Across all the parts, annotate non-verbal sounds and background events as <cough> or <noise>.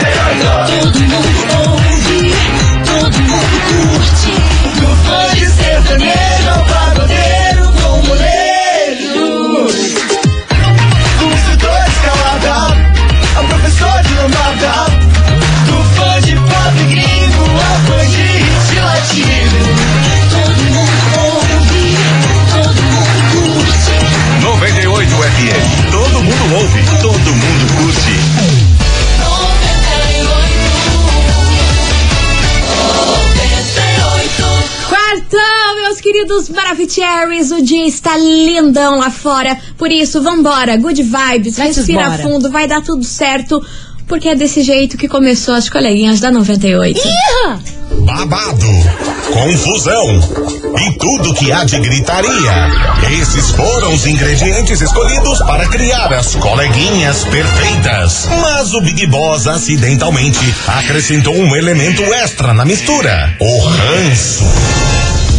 Todo mundo ouve, todo mundo curte. No funk sertanejo, ao pagodeiro com molejo. Curso escalada, a professor de lambada. Do fã de pop gringo, ao fã de hit latino. Todo mundo ouve, todo mundo curte. 98 FM. Todo mundo ouve, todo mundo curte. 98, 98. Quartão, meus queridos Maravicheries, o dia está lindão lá fora. Por isso, vambora, good vibes, Vai-se respira embora. fundo, vai dar tudo certo. Porque é desse jeito que começou as coleguinhas da 98. Babado, confusão e tudo que há de gritaria. Esses foram os ingredientes escolhidos para criar as coleguinhas perfeitas. Mas o Big Boss acidentalmente acrescentou um elemento extra na mistura: o ranço.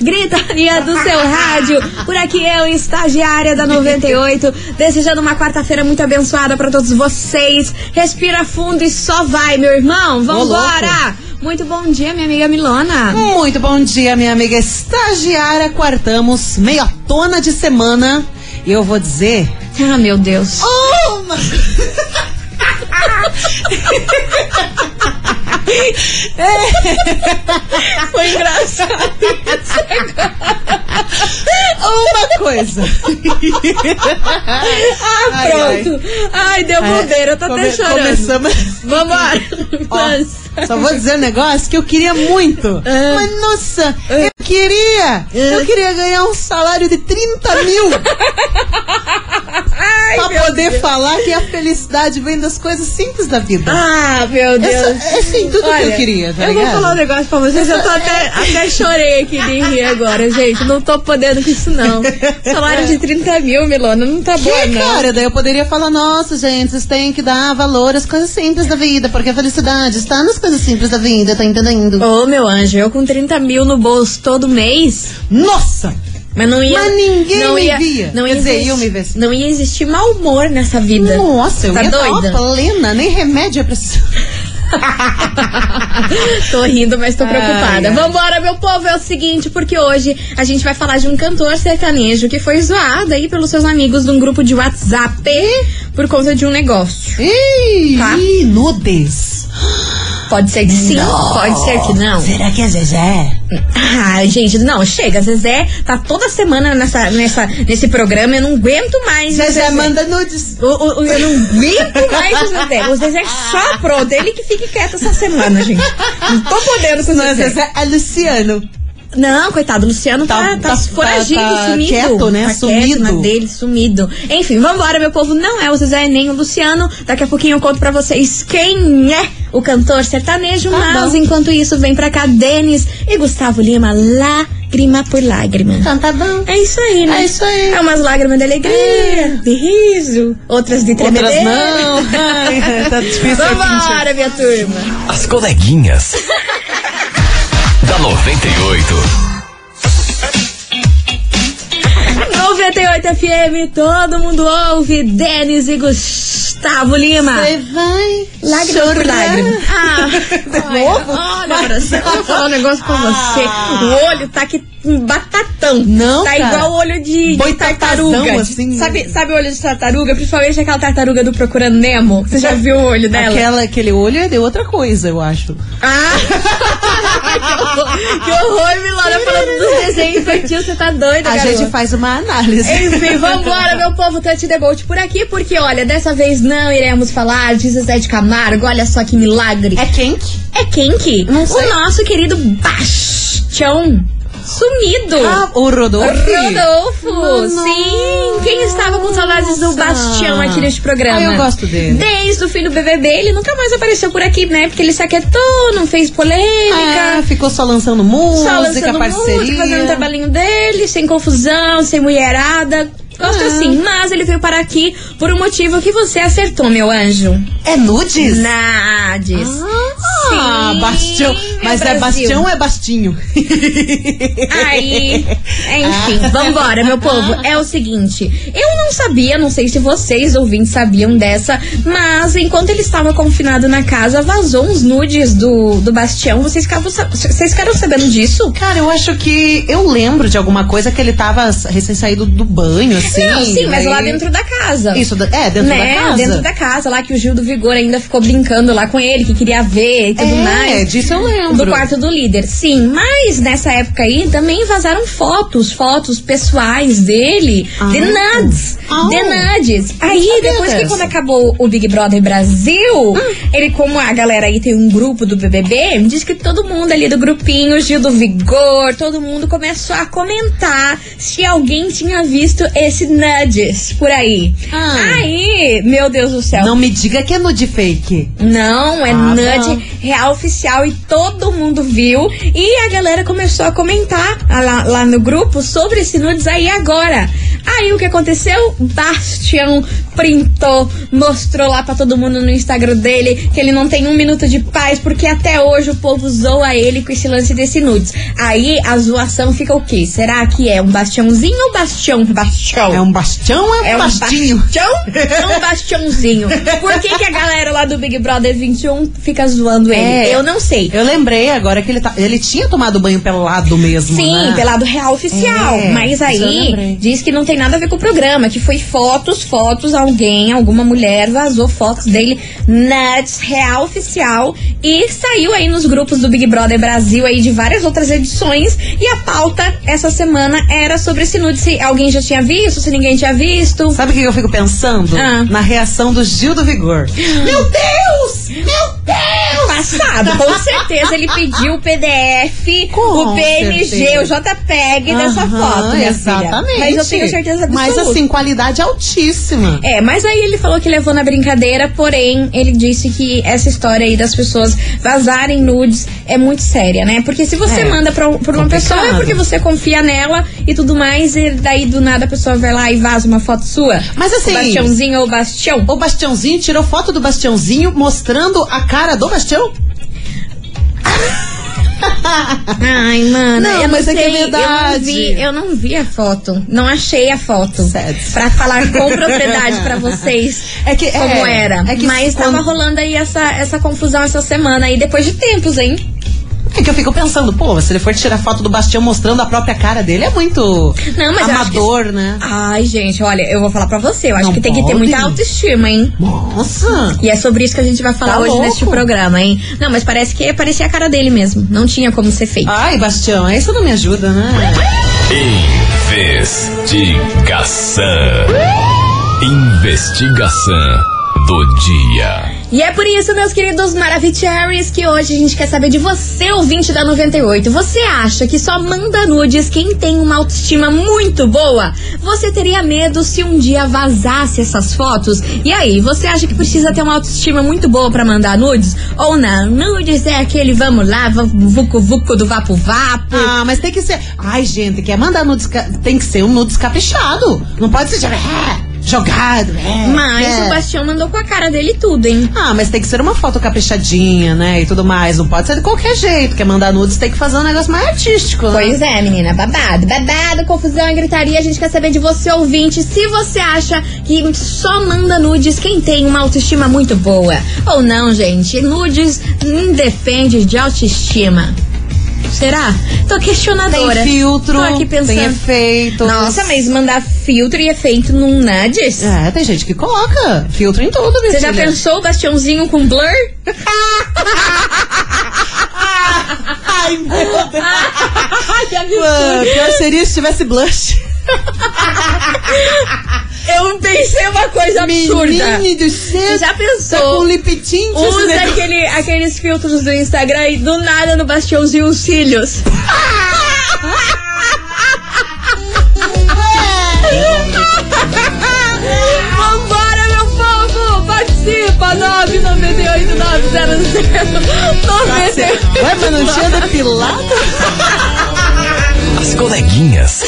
Gritaria do seu rádio. Por aqui eu, estagiária da 98, desejando uma quarta-feira muito abençoada pra todos vocês. Respira fundo e só vai, meu irmão. Vambora! Muito bom dia, minha amiga Milona. Muito bom dia, minha amiga estagiária. Quartamos, meia tona de semana. E eu vou dizer. Ah, meu Deus. Uma! <laughs> Foi engraçado. Uma coisa! Ah, Ai, pronto. Ai, deu bobeira, eu tô até É. Come- chorando. Começamos. tá Vambora. Lança. Ó, só vou dizer um negócio que eu queria muito. Ah. Mas nossa, É. eu queria! Eu queria ganhar um salário de 30 mil! pra poder falar que a felicidade vem das coisas simples da vida. Ah, meu Deus. Essa- é, sim, tudo que eu queria, tá Eu vou ligado? é. falar um negócio pra vocês, eu tô até, até chorei aqui de rir agora, gente. Não tô podendo com isso, <laughs> não. Salário de 30 mil, Milona, não tá boa, Que, não. cara, daí eu poderia falar, nossa, gente, vocês têm que dar valor às coisas simples da vida, porque a felicidade está nas coisas simples da vida, tá entendendo? Ô, meu anjo, eu com 30 mil no bolso todo mês, Nossa! mas não ia. Mas ninguém não me ia, via. Não Quer ia dizer, existir, eu me visse. Não ia existir mau humor nessa vida. Nossa, eu tá ia dar uma doida? plena, nem remédio eu preciso. <laughs> Tô rindo, mas tô preocupada. Ai, ai. Vambora, meu povo, é o seguinte, porque hoje a gente vai falar de um cantor sertanejo que foi zoado aí pelos seus amigos de um grupo de WhatsApp por conta de um negócio. Ih, Tá. ih, nudez. Pode ser que sim, pode ser que não. Será que é Zezé? Ah, gente, não, chega. Zezé tá toda semana nessa, nessa, nesse programa, eu não aguento mais. né, Zezé manda nudes. O- o- o- eu não aguento mais o Zezé. O Zezé é só pronto, ele que fique quieto essa semana, gente. Não tô podendo com o Não, Zezé é Luciano. Não, coitado, o Luciano tá, tá, Tá- tá- foragido, tá- tá sumido. quieto, né? Tá Quieto Sumido. na dele, sumido. Enfim, vambora, meu povo. Não é o Zezé nem o Luciano. Daqui a pouquinho eu conto pra vocês quem é o cantor sertanejo. Tá mas bom. enquanto isso, vem pra cá Denis e Gustavo Lima, lágrima por lágrima. Então tá bom. É isso aí, né? É isso aí. É. É umas lágrimas de alegria, de riso, outras de tremedeira. Outras não. Ai, tá difícil aqui. Vambora, minha turma. As coleguinhas. da 98. 98 FM, todo mundo ouve. Denis e Gustavo Lima. Você vai Lágrima chorar. por lágrima. <laughs> Ah, olha, olha, Brasil, eu vou falar um negócio pra você. O olho tá que batatão. Ah. Não, Tá cara. igual o olho de, de Boitatazão, tartaruga. assim. sabe, sabe o olho de tartaruga? Principalmente aquela tartaruga do Procurando Nemo. Você já viu o olho dela? Aquela, aquele olho é de outra coisa, eu acho. Ah! <laughs> que horror, que horror, Milana, falando dos desenhos infantil, você tá doida, A garota. gente faz uma análise. Enfim, vambora, meu povo Touch the Bolt por aqui, porque olha, dessa vez não iremos falar de Zezé de Camargo, olha só que milagre. É quente? É quem que? Não sei. O nosso querido Bastião Sumido. Ah, o Rodolfo. Rodolfo, Ah, sim. Quem estava com saudades do nossa. Bastião aqui neste programa? Ah, eu gosto dele. Desde o fim do BBB, ele nunca mais apareceu por aqui, né? Porque ele se aquietou, não fez polêmica. Ah, ficou só lançando música, só lançando parceria. música, fazendo o trabalhinho dele, sem confusão, sem mulherada. Gosto Ah. assim, mas ele veio parar aqui por um motivo que você acertou, meu anjo. É nudes? Nades. Ah, Sim, Bastião. meu Mas é Brasil. Bastião ou é Bastinho? Aí, enfim, Ah. vambora, meu povo. É o seguinte, eu não sabia, não sei se vocês ouvintes sabiam dessa, mas enquanto ele estava confinado na casa, vazou uns nudes do, do Bastião. Vocês ficavam, sa- vocês ficaram sabendo disso? Cara, eu acho que eu lembro de alguma coisa que ele tava recém saído do banho, assim. não, sim, mas aí- lá dentro da casa. Isso, da- é, dentro né? da casa. Dentro da casa, lá que o Gil do Vigor ainda ficou brincando lá com ele, que queria ver e tudo É, mais. disso eu lembro. Do quarto do líder, sim. Mas nessa época aí também vazaram fotos, fotos pessoais dele, Ah. de nudes. Ah. De nudes. Aí sabia depois que dessa. Ah. quando acabou o Big Brother Brasil, ele, como a galera aí tem um grupo do BBB, diz que todo mundo ali do grupinho, Gil do Vigor, todo mundo começou a comentar se alguém tinha visto esse nudes por aí. Ah. Aí, meu Deus do céu. Não me diga que é nude fake. Não, é Ah, nude não. real oficial e todo mundo viu. E a galera começou a comentar a- lá, lá no grupo sobre esse nudes aí agora. Aí o que aconteceu? Bastião printou, mostrou lá pra todo mundo no Instagram dele que ele não tem um minuto de paz, porque até hoje o povo zoa ele com esse lance desse nudes. Aí a zoação fica o quê? Será que é um bastiãozinho ou bastião? Bastião. É um bastião ou é um É um bastinho? bastião? É um bastiãozinho. Por que, que a galera lá do Big Brother 21 fica zoando ele? É. Eu não sei. <laughs> Eu lembrei agora que ele, tá, ele tinha tomado banho pelado mesmo, Sim, né? pelado real oficial. É, mas isso eu lembrei. aí diz que não tem nada a ver com o programa, que foi fotos, fotos, alguém, alguma mulher vazou fotos dele nuts real oficial e saiu aí nos grupos do Big Brother Brasil aí de várias outras edições e a pauta essa semana era sobre esse nude, se alguém já tinha visto, se ninguém tinha visto. Sabe o que eu fico pensando? Ah. Na reação do Gil do Vigor. Meu Deus! Meu Deus! É Passado, com certeza ele pediu o PDF, Com o PNG, certeza. o JPEG dessa Aham, foto, minha Exatamente. filha. Mas eu tenho certeza absoluta. Mas assim, qualidade altíssima. É, mas aí ele falou que levou na brincadeira, porém, ele disse que essa história aí das pessoas vazarem nudes é muito séria, né? Porque se você É, manda pra, um- pra uma complicado. pessoa é porque você confia nela e tudo mais, e daí do nada a pessoa vai lá e vaza uma foto sua. Mas assim- O bastiãozinho ou bastião. O Bastiãozinho tirou foto do Bastiãozinho mostrando a cara do Bastião? Ai, mano, Não, eu mas não é que é sei, verdade. Eu não, vi, eu não vi a foto, não achei a foto. Certo. Pra falar com propriedade pra <laughs> vocês É que- é, como era. é que Mas quando- tava rolando aí essa, essa confusão essa semana aí, depois de tempos, hein? É que eu fico pensando, pô, se ele for tirar foto do Bastião mostrando a própria cara dele, é muito Não, mas eu acho que- amador, né? Ai, gente, olha, eu vou falar pra você, eu acho Não que tem que ter pode. muita autoestima, hein? Nossa! E é sobre isso que a gente vai falar Tá hoje louco. neste programa, hein? Não, mas parece que parecia a cara dele mesmo. Não tinha como ser feito. Ai, Bastião, isso não me ajuda, né? Investigação. Investigação do dia. E é por isso, meus queridos Maravicheries, que hoje a gente quer saber de você, ouvinte da 98. Você acha que só manda nudes quem tem uma autoestima muito boa? Você teria medo se um dia vazasse essas fotos? E aí, você acha que precisa ter uma autoestima muito boa pra mandar nudes? Ou não? Nudes é aquele vamos lá, va- vucu vucu do vapo vapo. Ah, mas tem que ser. Ai, gente, quer mandar nudes. ca- Tem que ser um nudes caprichado. Não pode ser joga- é, jogado. é, Mas é. o Bastião mandou com a cara dele tudo, hein? Ah, mas tem que ser uma foto caprichadinha, né? E tudo mais. Não pode ser de qualquer jeito. Quer mandar nudes, tem que fazer um negócio mais artístico, né? Pois é, menina, babado, babado, confusão e gritaria. A gente quer saber de você, ouvinte, se você acha que só manda nudes quem tem uma autoestima muito boa. Ou não, gente, nudes independe de autoestima. Será? Tô questionadora. Tem filtro, Tô aqui pensando. tem efeitos. Nossa, mas mandar filtro e efeito num nudes? É, tem gente que coloca filtro em tudo, minha Você já filha. pensou o bastiãozinho com blur? Ai, meu Deus. Mano, Ah, pior seria se tivesse blush. Eu pensei uma coisa absurda. Menino do céu. Já pensou? Tá com lip tint. esse Usa negócio. aquele, aqueles filtros do Instagram e do nada no bastiãozinho os cílios. Vambora, meu povo! Participa! 998 900 Ué, mas não tinha depilado? As coleguinhas.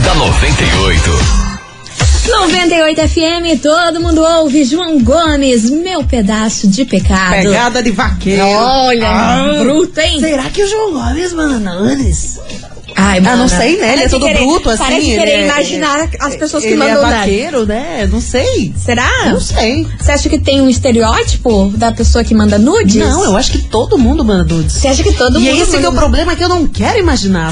da 98. 98 FM, todo mundo ouve. João Gomes, meu pedaço de pecado. Pegada de vaqueiro. Olha, Ah. bruto, hein? Será que o João Gomes manda Nunes? Ai, Ah, não mana, sei, né? Ele é parece todo querer- bruto, assim. Parece ele querer é- imaginar as pessoas que ele mandam é nudes. vaqueiro, né? Não sei. Será? Não sei. Você acha que tem um estereótipo da pessoa que manda nudes? Não, eu acho que todo mundo manda nudes. Você acha que todo E é mundo. esse que é o problema que eu não quero imaginar.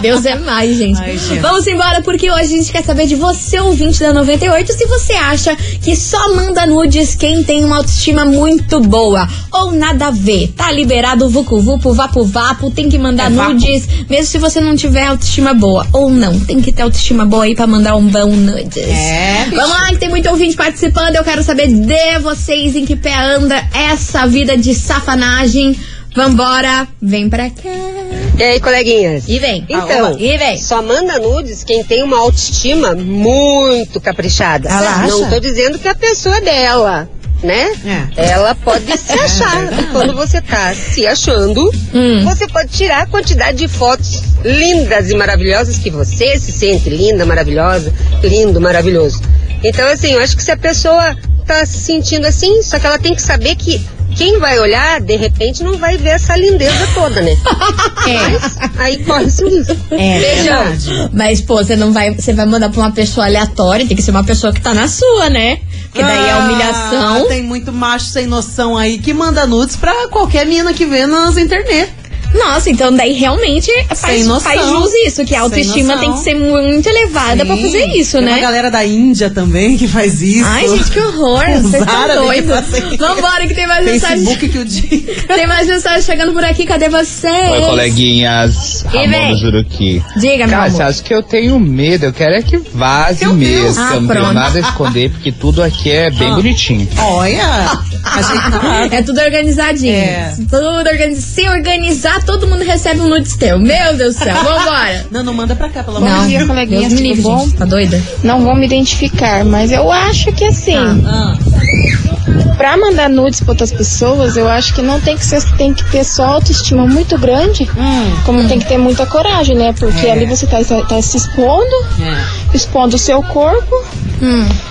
Deus é mais, gente. Ai, gente. Vamos embora, porque hoje a gente quer saber de você, ouvinte da 98, se você acha que só manda nudes quem tem uma autoestima muito boa. Ou nada a ver. Tá liberado o Vucu Vupu, Vapo Vapo, tem que mandar É vapo. nudes, mesmo se você não tiver autoestima boa. Ou não, tem que ter autoestima boa aí pra mandar um bom nudes. É, bicho. Vamos lá, que tem muito ouvinte participando. Eu quero saber de vocês em que pé anda essa vida de safanagem. Vambora, vem pra cá. E aí, coleguinhas? E vem. Então, Oba, e vem. só manda nudes quem tem uma autoestima muito caprichada. Ela Não acha? tô dizendo que a pessoa é dela, né? Ela pode se achar. Quando você tá se achando, você pode tirar a quantidade de fotos lindas e maravilhosas que você se sente linda, maravilhosa, lindo, maravilhoso. Então, assim, eu acho que se a pessoa tá se sentindo assim, só que ela tem que saber que quem vai olhar, de repente, não vai ver essa lindeza toda, né? É. Aí corre isso risco. Beijão. Mas, pô, você não vai. Você vai mandar pra uma pessoa aleatória, tem que ser uma pessoa que tá na sua, né? Porque daí é Ah, humilhação. Tem muito macho sem noção aí que manda nudes pra qualquer mina que vê nas internet. Nossa, então daí realmente Sem faz, noção. faz jus isso, que Sem a autoestima noção. tem que ser muito elevada pra Sim. fazer isso, Tem né? Uma galera da Índia também que faz isso. Ai, gente, que horror. <laughs> Vocês estão Zara, tem que doidos. fazer. Vambora, que tem mais mensagem. Facebook que o diga. Tem mais mensagem chegando por aqui. Cadê vocês? Oi, coleguinhas. E Ramon vem. do Juruti. Diga, meu Cara, você amor. acha que eu tenho medo? Eu quero é que vaze mesmo. Ah, eu não pronto. tenho nada a esconder, porque tudo aqui é bem bonitinho. Olha, ajeitado. É tudo organizadinho. É. Tudo organizado. Se organizar, todo mundo recebe um nudes teu. Meu Deus do céu. Vambora. Não, não manda pra cá, pelo amor Não, de Deus. dia, coleguinhas, Deus me tudo livre, bom? gente. Tá doida? Não vou me identificar, mas eu acho que assim, Ah, pra mandar nudes pra outras pessoas, eu acho que não tem que ser, tem que ter só autoestima muito grande, como tem que ter muita coragem, né? Porque ali você tá, tá se expondo, expondo o seu corpo.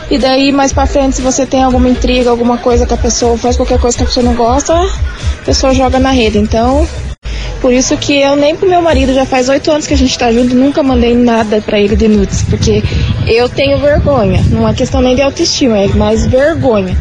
E daí, mais pra frente, se você tem alguma intriga, alguma coisa que a pessoa faz, qualquer coisa que a pessoa não gosta, a pessoa joga na rede. Então, por isso que eu nem pro meu marido, já faz oito anos que a gente tá junto, nunca mandei nada pra ele de nudes, porque eu tenho vergonha. Não é questão nem de autoestima, é mais vergonha.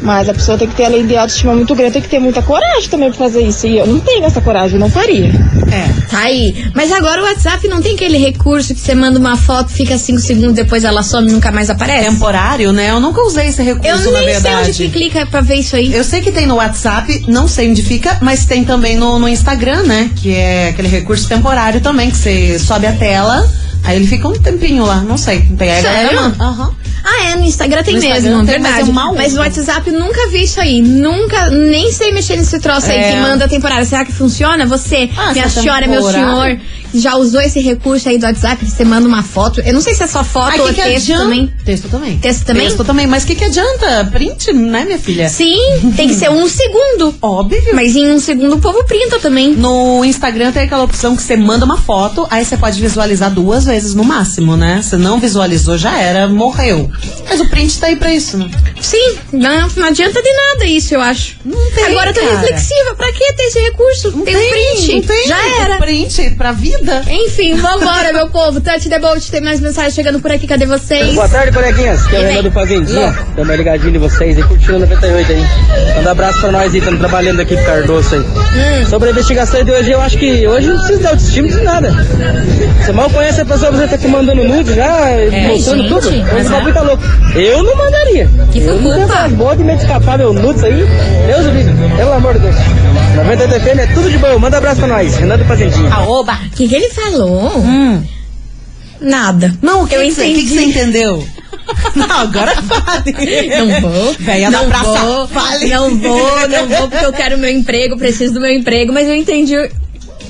Mas a pessoa tem que ter, além de autoestima muito grande, tem que ter muita coragem também pra fazer isso. E eu não tenho essa coragem, eu não faria. É Tá aí. Mas agora o WhatsApp não tem aquele recurso que você manda uma foto, fica cinco segundos, depois ela some e nunca mais aparece? temporário, né? Eu nunca usei esse recurso, Eu na nem sei verdade. onde que clica pra ver isso aí. Eu sei que tem no WhatsApp, não sei onde fica, mas tem também no, no Instagram, né? Que é aquele recurso temporário também, que você sobe a tela, aí ele fica um tempinho lá, não sei. Pega Sério? manda. Aham. Ah, é, no Instagram tem No mesmo, Instagram tem, mas é verdade. eu mal uso. no WhatsApp nunca vi isso aí. Nunca, nem sei mexer nesse troço aí É. que manda temporária. Será que funciona? Você, Ah, minha essa senhora, meu senhor, temporária. já usou esse recurso aí do WhatsApp que você manda uma foto? Eu não sei se é só foto Aí ou que que texto adianta? também. Texto também. Texto também? Texto também, mas o que, que adianta? Print, né, minha filha? Sim, tem que ser um segundo. Óbvio. Mas em um segundo o povo printa também. No Instagram tem aquela opção que você manda uma foto, aí você pode visualizar duas vezes no máximo, né? Se não visualizou, já era, morreu. Mas o print tá aí pra isso, né? Sim, não, não adianta de nada isso, eu acho. Não tem, Agora eu tô cara. reflexiva. Pra que ter esse recurso? tem, um print. Não tem. Já era. Print pra vida. Enfim, vambora, meu povo. Touch the boat, tem mais mensagem chegando por aqui. Cadê vocês? Boa tarde, coleguinhas. Que é o E Renan daí? do Fazendinha. Também ligadinho de vocês aí, curtindo 98 aí. Manda abraço pra nós aí, estamos trabalhando aqui com Cardoso aí. Hum. Sobre a investigação de hoje, eu acho que hoje não precisa de autoestima de nada. Você mal conhece a pessoa, você tá aqui mandando nude já, mostrando É, gente, tudo. Hoje mas o é. bagulho tá louco. Eu não mandaria. Que eu foi não tenho culpa. essas boas de me escapar meu nudes aí. Deus do livre, pelo amor de Deus. 98 FM é tudo de bom. Manda abraço pra nós. Renan do Fazendinha. Aoba. O que, que ele falou? Nada. Não, o que, eu que você- o entendi. que que você <laughs> entendeu? Não, agora fale. Não vou. Venha não da praça. Vou, Fale. Não vou, não vou, porque eu quero meu emprego, preciso do meu emprego, mas eu entendi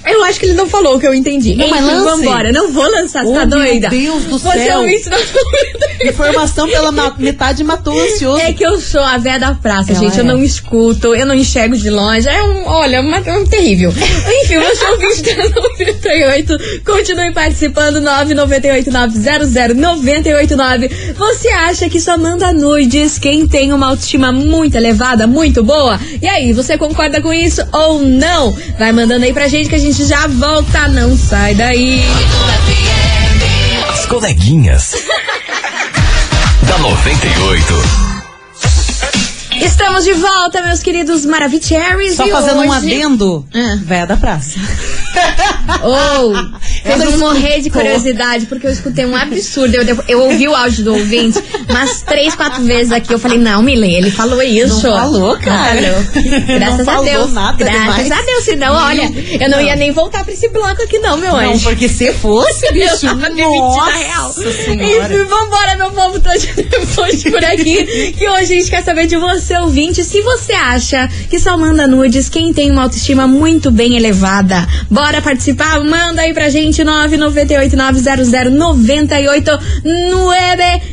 Eu acho que ele não falou o que eu entendi. Não, mas Enfim, lance. vambora. Não vou lançar, você Oh, tá meu doida? Deus do Você tá céu. ouvinte da Informação pela ma- metade matou o ansioso. É que eu sou a véia da praça, Ela gente. Eu é. não escuto, eu não enxergo de longe. É um, olha, uma, é um terrível. Enfim, você ouvinte da <laughs> 98. Continue participando. 998900989. Você acha que só manda nudes quem tem uma autoestima muito elevada, muito boa? E aí, você concorda com isso ou não? Vai mandando aí pra gente que a gente já volta. Não sai daí. As coleguinhas. da 98. Estamos de volta, meus queridos Maravicheries. Só e fazendo um hoje- É. adendo, véia da praça. <laughs> Ou, eu Ela vou morrer de escutou. curiosidade, porque eu escutei um absurdo. Eu, eu ouvi o áudio do ouvinte umas três, quatro vezes aqui. Eu falei, não, Milen, ele falou isso. Não falou, cara. Não falou. Graças Não a falou Deus. nada Graças demais. a Deus, senão, olha, eu não, ia nem voltar pra esse bloco aqui, não, meu Não, anjo. porque se fosse, bicho, Eu tava demitindo a real. nossa senhora. Enfim, vambora, meu povo, tô de <laughs> depois por aqui. Que hoje a gente quer saber de você, ouvinte, se você acha que só manda nudes quem tem uma autoestima muito bem elevada. Bora participar? Manda aí pra gente, 998-900-989.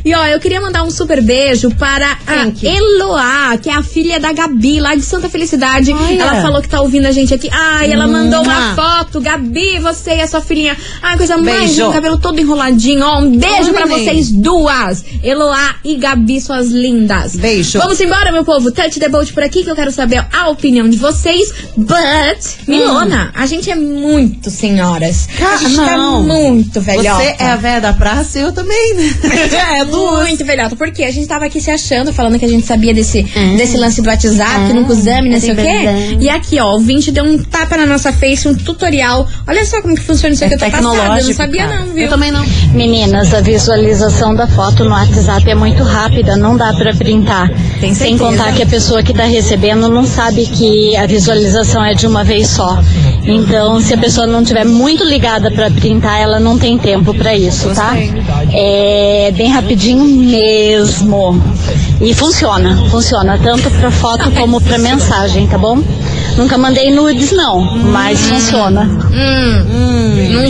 E ó, eu queria mandar um super beijo para a Eloá, que é a filha da Gabi, lá de Santa Felicidade. Olha. Ela falou que tá ouvindo a gente aqui. Ai, ela mandou uma Mua. foto. Gabi, você e a sua filhinha. Ai, coisa mais Beijo. linda, cabelo todo enroladinho. Ó, um beijo Ô, pra neném. vocês duas. Eloá e Gabi, suas lindas. Beijo. Vamos embora, meu povo. Touch the boat por aqui que eu quero saber a opinião de vocês. But, Hum. Milona, a gente é muito senhoras. a gente não. tá muito velhota. Você é a véia da praça e eu também, <laughs> né? é, duas. Muito velhota, porque a gente tava aqui se achando, falando que a gente sabia desse, É. desse lance do WhatsApp, que nunca usamos, não sei o quê. E aqui, ó, o 20 deu um tapa na nossa face, um tutorial. Olha só como que funciona isso aqui, eu tô passada, eu não sabia cara. não, viu? Eu também não. Meninas, a visualização da foto no WhatsApp é muito rápida, não dá pra printar. Tem Sem certeza. contar que a pessoa que tá recebendo não sabe que a visualização é de uma vez só. Então, se a pessoa não tiver muito ligada pra printar, ela não tem tempo pra isso, tá? É bem rapidinho mesmo. E funciona, funciona tanto pra foto como pra mensagem, tá bom? Nunca mandei nudes não, mas funciona. Hum, Não sei, Hum. Não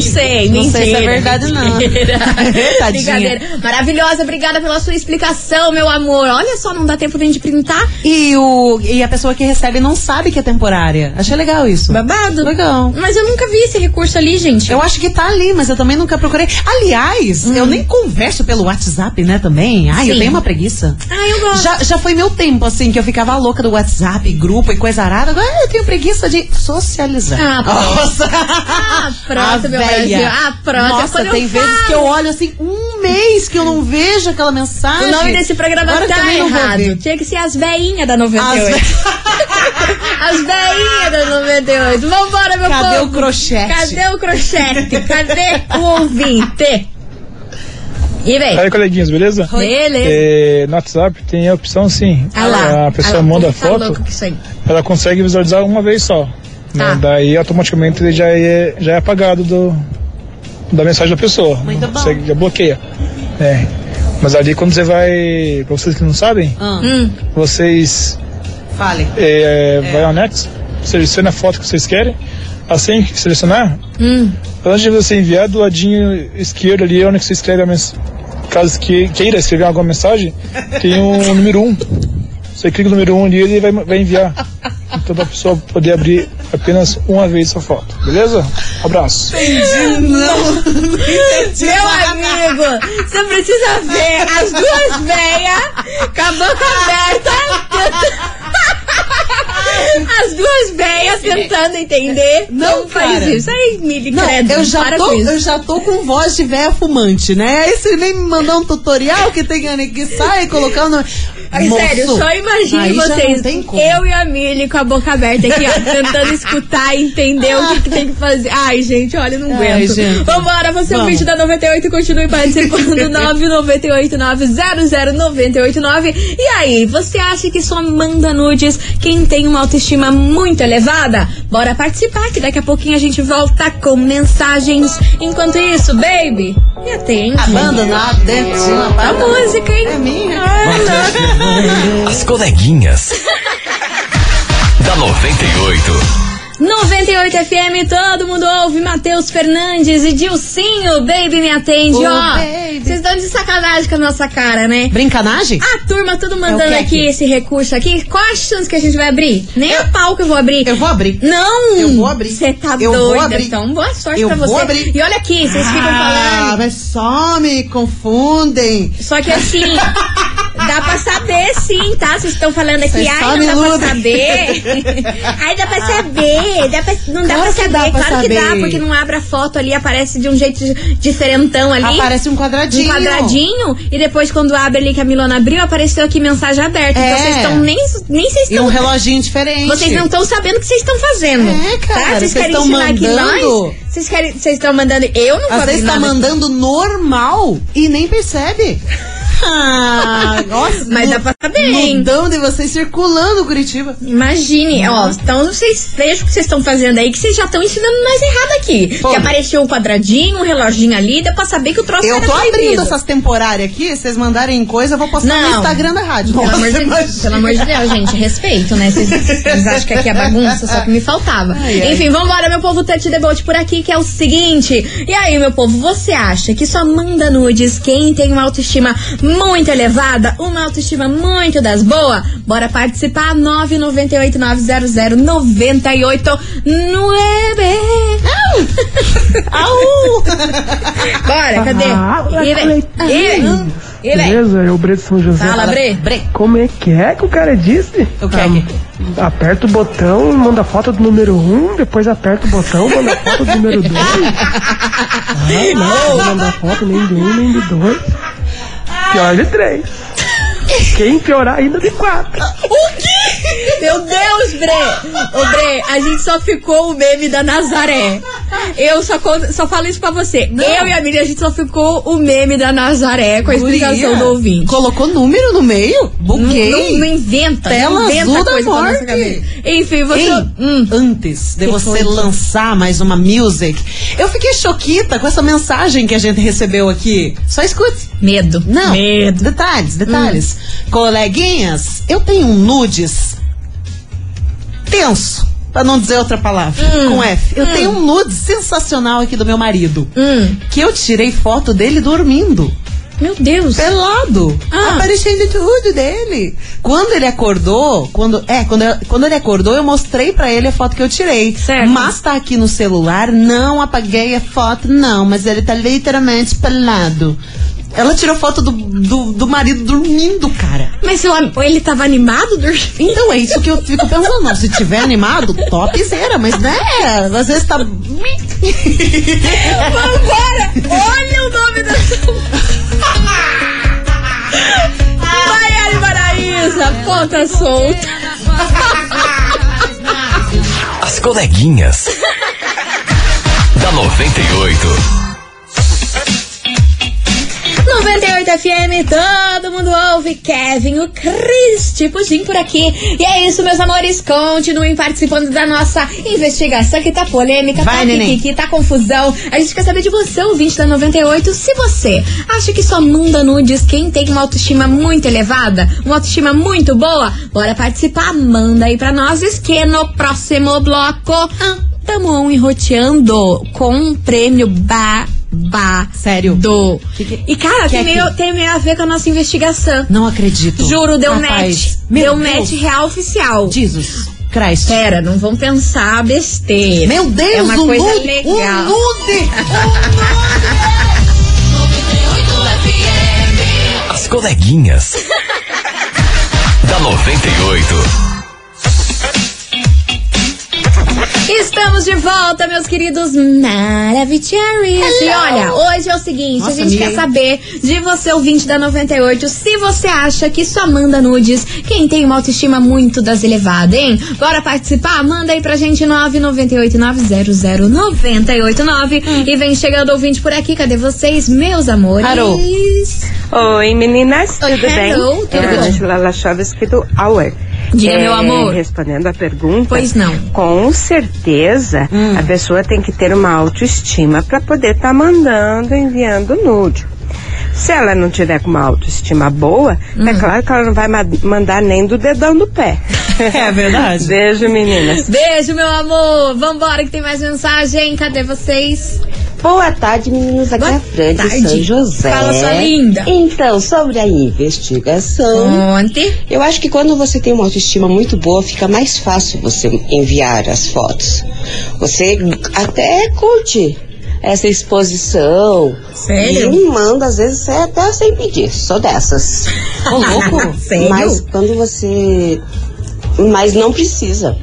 mentira. sei se é verdade, não. <laughs> Mentira. <laughs> Tadinha. Brincadeira. Maravilhosa, obrigada pela sua explicação, meu amor. Olha só, não dá tempo de a gente printar. E, o, e a pessoa que recebe não sabe que é temporária. Achei legal isso. Babado. Legal. Mas eu nunca vi esse recurso ali, gente. Eu acho que tá ali, mas eu também nunca procurei. Aliás, eu nem converso pelo WhatsApp, né, também. Ai, eu Hum. Sim. tenho uma preguiça. Ah, eu gosto. Já, já foi meu tempo, assim, que eu ficava louca do WhatsApp, grupo e coisa arada. Agora eu tenho preguiça de socializar. Ah, pronto. Ah, pronto, meu Brasil. Ah, pronto. Nossa, Quando tem eu vezes falo- que eu olho assim, um mês que eu não vejo aquela mensagem. O nome desse programa Agora eu tá também não vou errado. ver. Tinha que ser as veinhas da 98. <laughs> As veinhas da 98. Vambora, meu Cadê povo. o crochete? é Cadê o crochete? Cadê o ouvinte? E Fala vem. coleguinhas, beleza? Beleza. É, no WhatsApp tem a opção sim. Ah lá. a pessoa Ah lá, manda a tá foto, louco com isso aí. ela consegue visualizar uma vez só. Tá. né? Daí automaticamente ele já é, já é apagado do, da mensagem da pessoa. Muito bom. Você já bloqueia. É. Mas ali quando você vai. Pra vocês que não sabem, Ah, Hum. vocês <laughs> Fale. é, vai ao Next, seleciona a foto que vocês querem. Assim que selecionar, Hum. Antes de você enviar do ladinho esquerdo ali, onde você escreve a mensagem. Caso que queira escrever alguma mensagem, tem um número 1. Um. Você clica no número 1 um ali e ele vai, vai enviar. Então pra pessoa poder abrir apenas uma vez sua foto, beleza? Abraço. <laughs> Meu amigo, você precisa ver as duas veias com a boca aberta. tenta- As duas veias tentando entender. Não, como faz cara. isso. Aí, Mili, Não, credo, eu já, para tô, com isso. eu já tô com voz de véia fumante, né? Aí você vem me mandar um tutorial que tem Ana, que sai colocando. Ai, sério, Moço, só imagine aí já vocês, não tem como. eu e a Mili com a boca aberta aqui, ó, tentando escutar e entender o que, que tem que fazer. Ai, gente, olha, eu não Ai, aguento. gente. Vambora, você é o Vamos. vídeo da 98, continue participando, <laughs> 998900989. E aí, você acha que só manda nudes quem tem uma autoestima muito elevada? Bora participar, que daqui a pouquinho a gente volta com mensagens. Enquanto isso, baby, me atende. Abandonado dentro de uma A parada. música, hein? É minha. assim, Ai, não. As coleguinhas. da 98. 98 FM, todo mundo ouve. Matheus Fernandes e Dilcinho, baby, me atende, Ô, ó. baby. Vocês estão de sacanagem com a nossa cara, né? Brincanagem? A turma tudo mandando É o que aqui aqui? esse recurso aqui. Qual a chance que a gente vai abrir? Nem a pau que eu vou abrir. Eu vou abrir. Não! Eu vou abrir. Você tá Eu doida. vou abrir. Então, boa sorte Eu pra vou você. abrir. E olha aqui, vocês ficam falando. Ah, mas só me confundem. Só que assim, dá pra saber sim, tá? Vocês estão falando aqui, Vocês ai, só não me dá pra iludem. saber. ai, dá pra saber. Dá pra, não dá Claro pra que saber. dá pra claro que dá, saber. porque não abre a foto ali, aparece de um jeito diferentão ali. Aparece um quadradinho. Um quadradinho. E depois, quando abre ali que a Milona abriu, apareceu aqui mensagem aberta. É. Então vocês estão nem, nem vocês E estão. um reloginho diferente. Vocês não estão sabendo o que vocês estão fazendo. É, cara, Tá? Vocês vocês querem tão ensinar aqui mandando. nós? Vocês querem. Vocês estão mandando. Eu não né? vou Às abrir vezes tá nada aqui. mandando normal e nem <laughs> percebe. Ah, nossa, Mas dá pra saber, hein? Mudão de vocês circulando Curitiba. Imagine, ó. Então vocês vejam o que vocês estão fazendo aí, que vocês já estão ensinando nós errado aqui. Que apareceu um quadradinho, um reloginho ali, dá pra saber que o troço Eu era tô abrindo proibido. essas temporárias aqui, se vocês mandarem coisa, eu vou postar Não. no Instagram da rádio. Pelo, amor de, pelo amor de Deus, gente, respeito, né? Vocês, vocês acham que aqui é bagunça, só que me faltava. Ai, ai. Enfim, vambora, meu povo Touch the Boat por aqui, que é o seguinte. E aí, meu povo, você acha que só manda nudes quem tem uma autoestima muito elevada, uma autoestima muito das boas? Bora participar, 998 900 Au! Bora, cadê? E vem, e vem, e vem. Beleza, é o Bre de São José. Fala, Bre. Bre. Como é que é que o cara disse? O que é que? Aperta o botão, manda foto do número 1, um, depois aperta o botão, manda foto do número <laughs> 2. Ah, não, não manda foto nem do 1, um, nem do 2. Pior de <laughs> 3. Quem piorar ainda de 4. O quê? Meu Deus, Bre! Ô, Bre, a gente só ficou o meme da Nazaré. Eu só, conto- só falo isso pra você. Eu e a Miriam, a gente só ficou o meme da Nazaré com a explicação do ouvinte. Colocou número no meio? Buguei. Não, não inventa, Tela não inventa azul da coisa pra nossa morte. cabeça. Enfim, você- Hum. Ei, antes de Que você foi? lançar mais uma music, eu fiquei choquita com essa mensagem que a gente recebeu aqui. Só escute. Medo. Não. Medo. Detalhes, detalhes. Coleguinhas, eu tenho um nudes tenso. Pra não dizer outra palavra, com F. Eu tenho um nudes sensacional aqui do meu marido. Que eu tirei foto dele dormindo. Hum. Meu Deus. Pelado. Ah. Aparecendo tudo dele. Quando ele acordou, quando é, quando, eu- quando ele acordou, eu mostrei pra ele a foto que eu tirei. Mas tá aqui no celular, não apaguei a foto, não. Mas ele tá literalmente pelado. Ela tirou foto do, do, do marido dormindo, cara. Mas seu, ele tava animado dormindo? Então é isso que eu fico pensando. Não, se tiver animado, topzera. Mas né, às vezes tá... <laughs> Vambora! Olha o nome da. <laughs> Maiara e Maraísa, ponta solta. As coleguinhas. da 98. 98 FM, todo mundo ouve. Kevin, o Chris, tipo Jim por aqui. E é isso, meus amores. Continuem participando da nossa investigação que tá polêmica, Vai, tá neném. que tá confusão. A gente quer saber de você, ouvinte da 98, se você acha que só manda nudes quem tem uma autoestima muito elevada, uma autoestima muito boa. Bora participar, manda aí pra nós. diz que no próximo bloco, Ah. tamo um enroteando com um prêmio babado. Sério? Do. E cara, que tem, é que- meio, tem meio a ver com a nossa investigação. Não acredito. Juro, deu Rapaz, match. meu deu match Deus. real oficial. Jesus. Christ. Pera, não vão pensar besteira. Meu Deus, é uma um coisa nude, legal. um nude. As coleguinhas. da 98. Estamos de volta, meus queridos Maravicheries. E Hello. olha, hoje é o seguinte, Nossa, a gente quer amiga. saber de você, ouvinte da 98, se você acha que só manda nudes quem tem uma autoestima muito das elevada, hein? Bora participar? Manda aí pra gente 998-900-989. Hum. E vem chegando ouvinte por aqui, cadê vocês, meus amores? Parou. Oi, meninas, Oi, tudo bem? hello, tudo é bom? a Angela Lachaves aqui do Hour. É, Diga, É. meu amor. Respondendo a pergunta. Pois não. Hum. Com certeza, a pessoa tem que ter uma autoestima para poder estar mandando, enviando tá nude. Se ela não tiver com uma autoestima boa, é Hum. claro que ela não vai ma- mandar nem do dedão do pé. É verdade. Beijo, meninas. Beijo, meu amor. Vambora que tem mais mensagem. Cadê vocês? Boa tarde, meninos. Aqui é a Fran de tarde. São José. Fala, sua linda. Então, sobre a investigação. Ontem. Eu acho que quando você tem uma autoestima muito boa, fica mais fácil você enviar as fotos. Você até curte essa exposição. Sério? E É, manda, às vezes, é até sem pedir. Sou dessas. <laughs> Ô, louco. Sério? Mas quando você... Mas não precisa.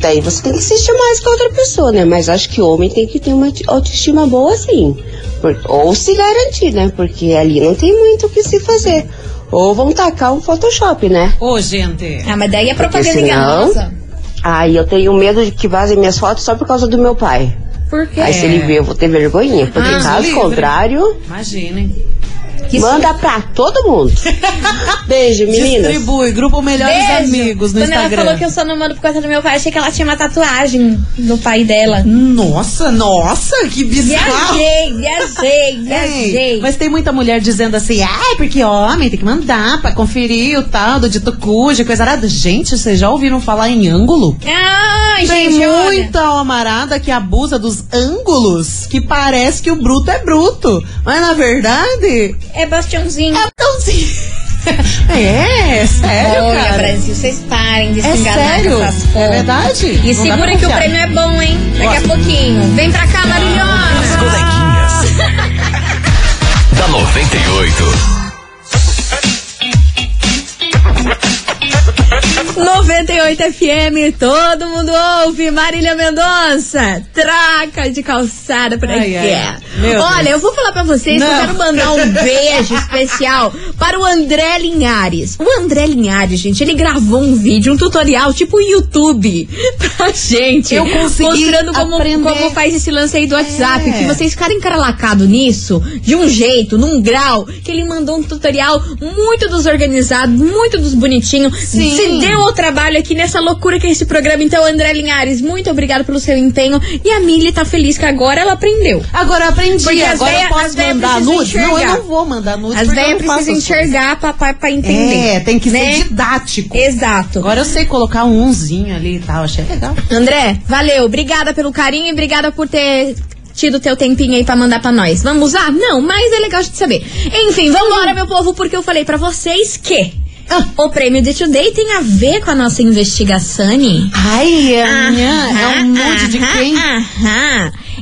Daí você tem que se estimar mais que a outra pessoa, né? Mas acho que homem tem que ter uma auto- autoestima boa, sim. Por- ou se garantir, né? Porque ali não tem muito o que se fazer. Ou vão tacar um Photoshop, né? Ô, gente. Ah, mas daí é Porque propaganda senão- enganosa. Aí eu tenho medo de que vazem minhas fotos só por causa do meu pai. Por quê? Ah, Aí se ele ver, eu vou ter vergonha. Porque Deus caso livre. contrário, Imaginem. manda pra todo mundo. Beijo, meninas. Distribui, grupo Melhores Beijo. Amigos no Quando Instagram. ela falou que eu só não mando por conta do meu pai, achei que ela tinha uma tatuagem do pai dela. Nossa, nossa, que bizarro. Viajei, viajei, viajei. Ei, mas tem muita mulher dizendo assim, ai, porque homem tem que mandar pra conferir o tal do dito cujo, coisa arada. Gente, vocês já ouviram falar em ângulo? Ai, tem gente, olha. muita homarada que abusa dos ângulos, que parece que o bruto é bruto. Mas na verdade. É bastiãozinho. É bastiãozinho. <laughs> é, sério, Olha, cara. Brasil, vocês parem de se É enganar sério? com essas É verdade? E Não dá pra segura que o confiar. prêmio é bom, hein? Daqui a pouquinho. Vem pra cá, Mariliona. As coleguinhas. Da 98. 98 FM, todo mundo ouve. Marília Mendonça, traca de calçada pra Ai, quê? ai. Meu Olha, Deus. eu vou falar pra vocês que eu Não. quero mandar um beijo especial para o André Linhares. O André Linhares, gente, ele gravou um vídeo, um tutorial, tipo YouTube, <laughs> pra gente. Eu consegui Mostrando como, aprender. como faz esse lance aí do WhatsApp. É. Que vocês ficarem encaralacados nisso, de um jeito, num grau, que ele mandou um tutorial muito desorganizado, muito dos bonitinhos. Sim. Se deu ao É trabalho aqui nessa loucura que é esse programa. Então, André Linhares, muito obrigado pelo seu empenho. E a Mili tá feliz que agora ela aprendeu. Agora eu aprendi, Porque as agora véia- eu as posso véia mandar precisam nude? Não, eu enxergar. não vou mandar nude. As porque eu velhas não faço precisam essas enxergar pra, pra, pra entender. É, tem que né? ser didático. Exato. Agora eu sei colocar um unzinho ali e tal, achei legal. André, valeu. Obrigada pelo carinho e obrigada por ter tido o teu tempinho aí pra mandar pra nós. Vamos usar? Não, mas é legal a gente saber. Enfim, vambora, meu povo, porque eu falei pra vocês que... Ah. O prêmio de Today tem a ver com a nossa investigação. Ai, é um monte de quem?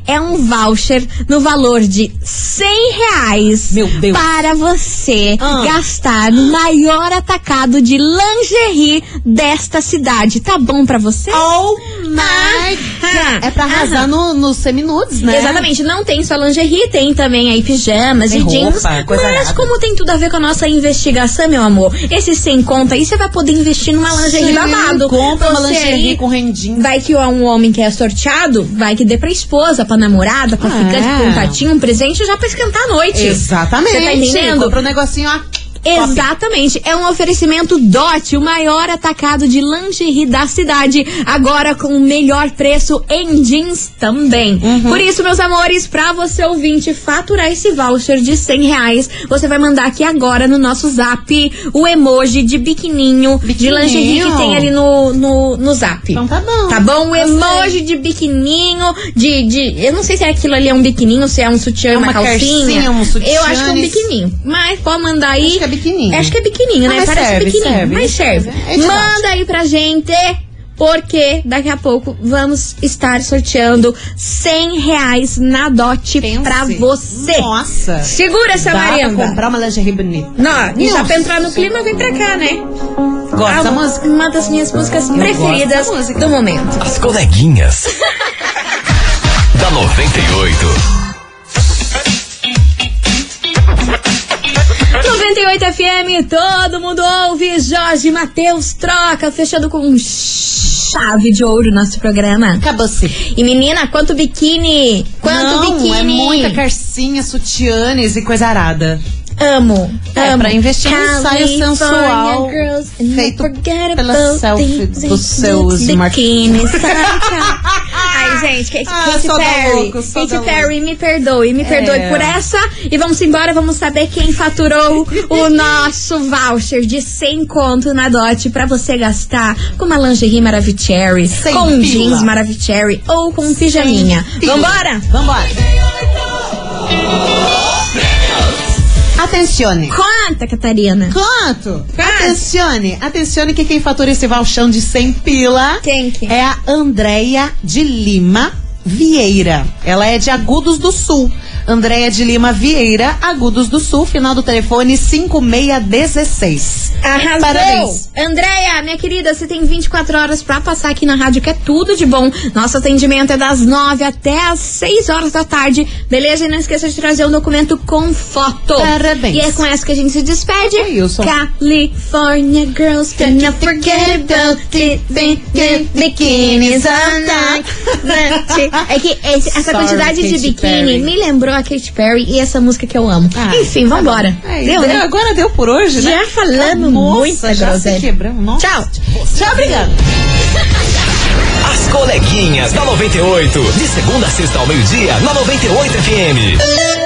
É um voucher no valor de 100 reais Meu Deus. para você Ah. gastar no maior atacado de lingerie desta cidade. Tá bom pra você? Oh my God. É pra arrasar no, nos seminudes, né? É, Exatamente, não tem só lingerie, tem também aí pijamas Tem e roupa, jeans. coisa mas arada. como tem tudo a ver com a nossa investigação, meu amor, esse sem conta aí você vai poder investir numa lingerie Sim, babado. compra uma Você lingerie aí com rendinho. Vai que um homem que é sorteado, vai que dê pra esposa, pra namorada, pra Ah. ficante, pra um patinho, um presente já pra esquentar a noite. Exatamente. Você tá entendendo? Compra um negocinho, ó. Exatamente, é um oferecimento DOT, o maior atacado de lingerie da cidade, agora com o melhor preço em jeans também. Uhum. Por isso, meus amores, pra você ouvinte faturar esse voucher de 100 reais, você vai mandar aqui agora no nosso zap o emoji de biquininho, de lingerie que tem ali no, no, no zap. Então tá bom. Tá bom? O emoji de biquininho, de, de. Eu não sei se aquilo ali é um biquininho, se é um sutiã, É uma, uma calcinha. calcinha, um sutiã, Eu acho que é um eles- biquininho. Mas pode mandar aí. Acho que é biquininho. Acho que é biquininho, Ah, né? mas Parece serve, biquininho. serve. Mas serve. É de Manda aí pra gente. Porque daqui a pouco vamos estar sorteando 100 reais na DOT pra você. um Nossa. Segura essa Dá pra marenda. comprar uma lingerie bonita. Não, e já Nossa. pra entrar no clima, vem pra cá, né? Gosta Ah, da música? Uma das minhas músicas preferidas do momento. As coleguinhas. da 98. 98 FM, todo mundo ouve. Jorge Matheus troca, fechando com chave de ouro o nosso programa. Acabou-se. E menina, quanto biquíni! Quanto não, biquíni! é muita carcinha, sutiãs e coisa arada. Amo, É, amo. pra investir num ensaio California sensual girls, feito pela selfie dos things, seus biquíni, smartphones. <laughs> sabe? Ai, gente. Kate, Ah, Katy só dá Perry. louco, só Katy dá Perry, me perdoe, me perdoe É. por essa. E vamos embora, vamos saber quem faturou <laughs> o nosso voucher de 100 conto na Dot pra você gastar com uma lingerie Maravicherry, Sem com um pila. jeans Maravicherry ou com um pijaminha. pila. Vambora? Vambora. Atencione. Conta, Catarina. Quanto? Atencione. Atencione que quem fatura esse valchão de 100 pila é a Andréia de Lima Vieira. Ela é de Agudos do Sul. Andréia de Lima Vieira, Agudos do Sul, final do telefone 5616. Arrasou. Parabéns. Andréia, minha querida, você tem 24 horas pra passar aqui na rádio, que é tudo de bom. Nosso atendimento é das 9 até as 6 horas da tarde, beleza? E não esqueça de trazer um documento com foto. Parabéns. E é com essa que a gente se despede. Wilson. California girls, can you forget about it? Bi- bi- Bikinis all <laughs> night. É que esse- essa Sorry, quantidade de Katy biquíni Perry. Ah. me lembrou a Katy Perry e essa música que eu amo. Enfim, vambora. né? É, deu- Agora deu por hoje, né? Já falamos Nossa, muita já groselha. se quebramos. Nossa. Tchau. Tchau, obrigada. As coleguinhas da 98. De segunda a sexta ao meio-dia, na 98 FM.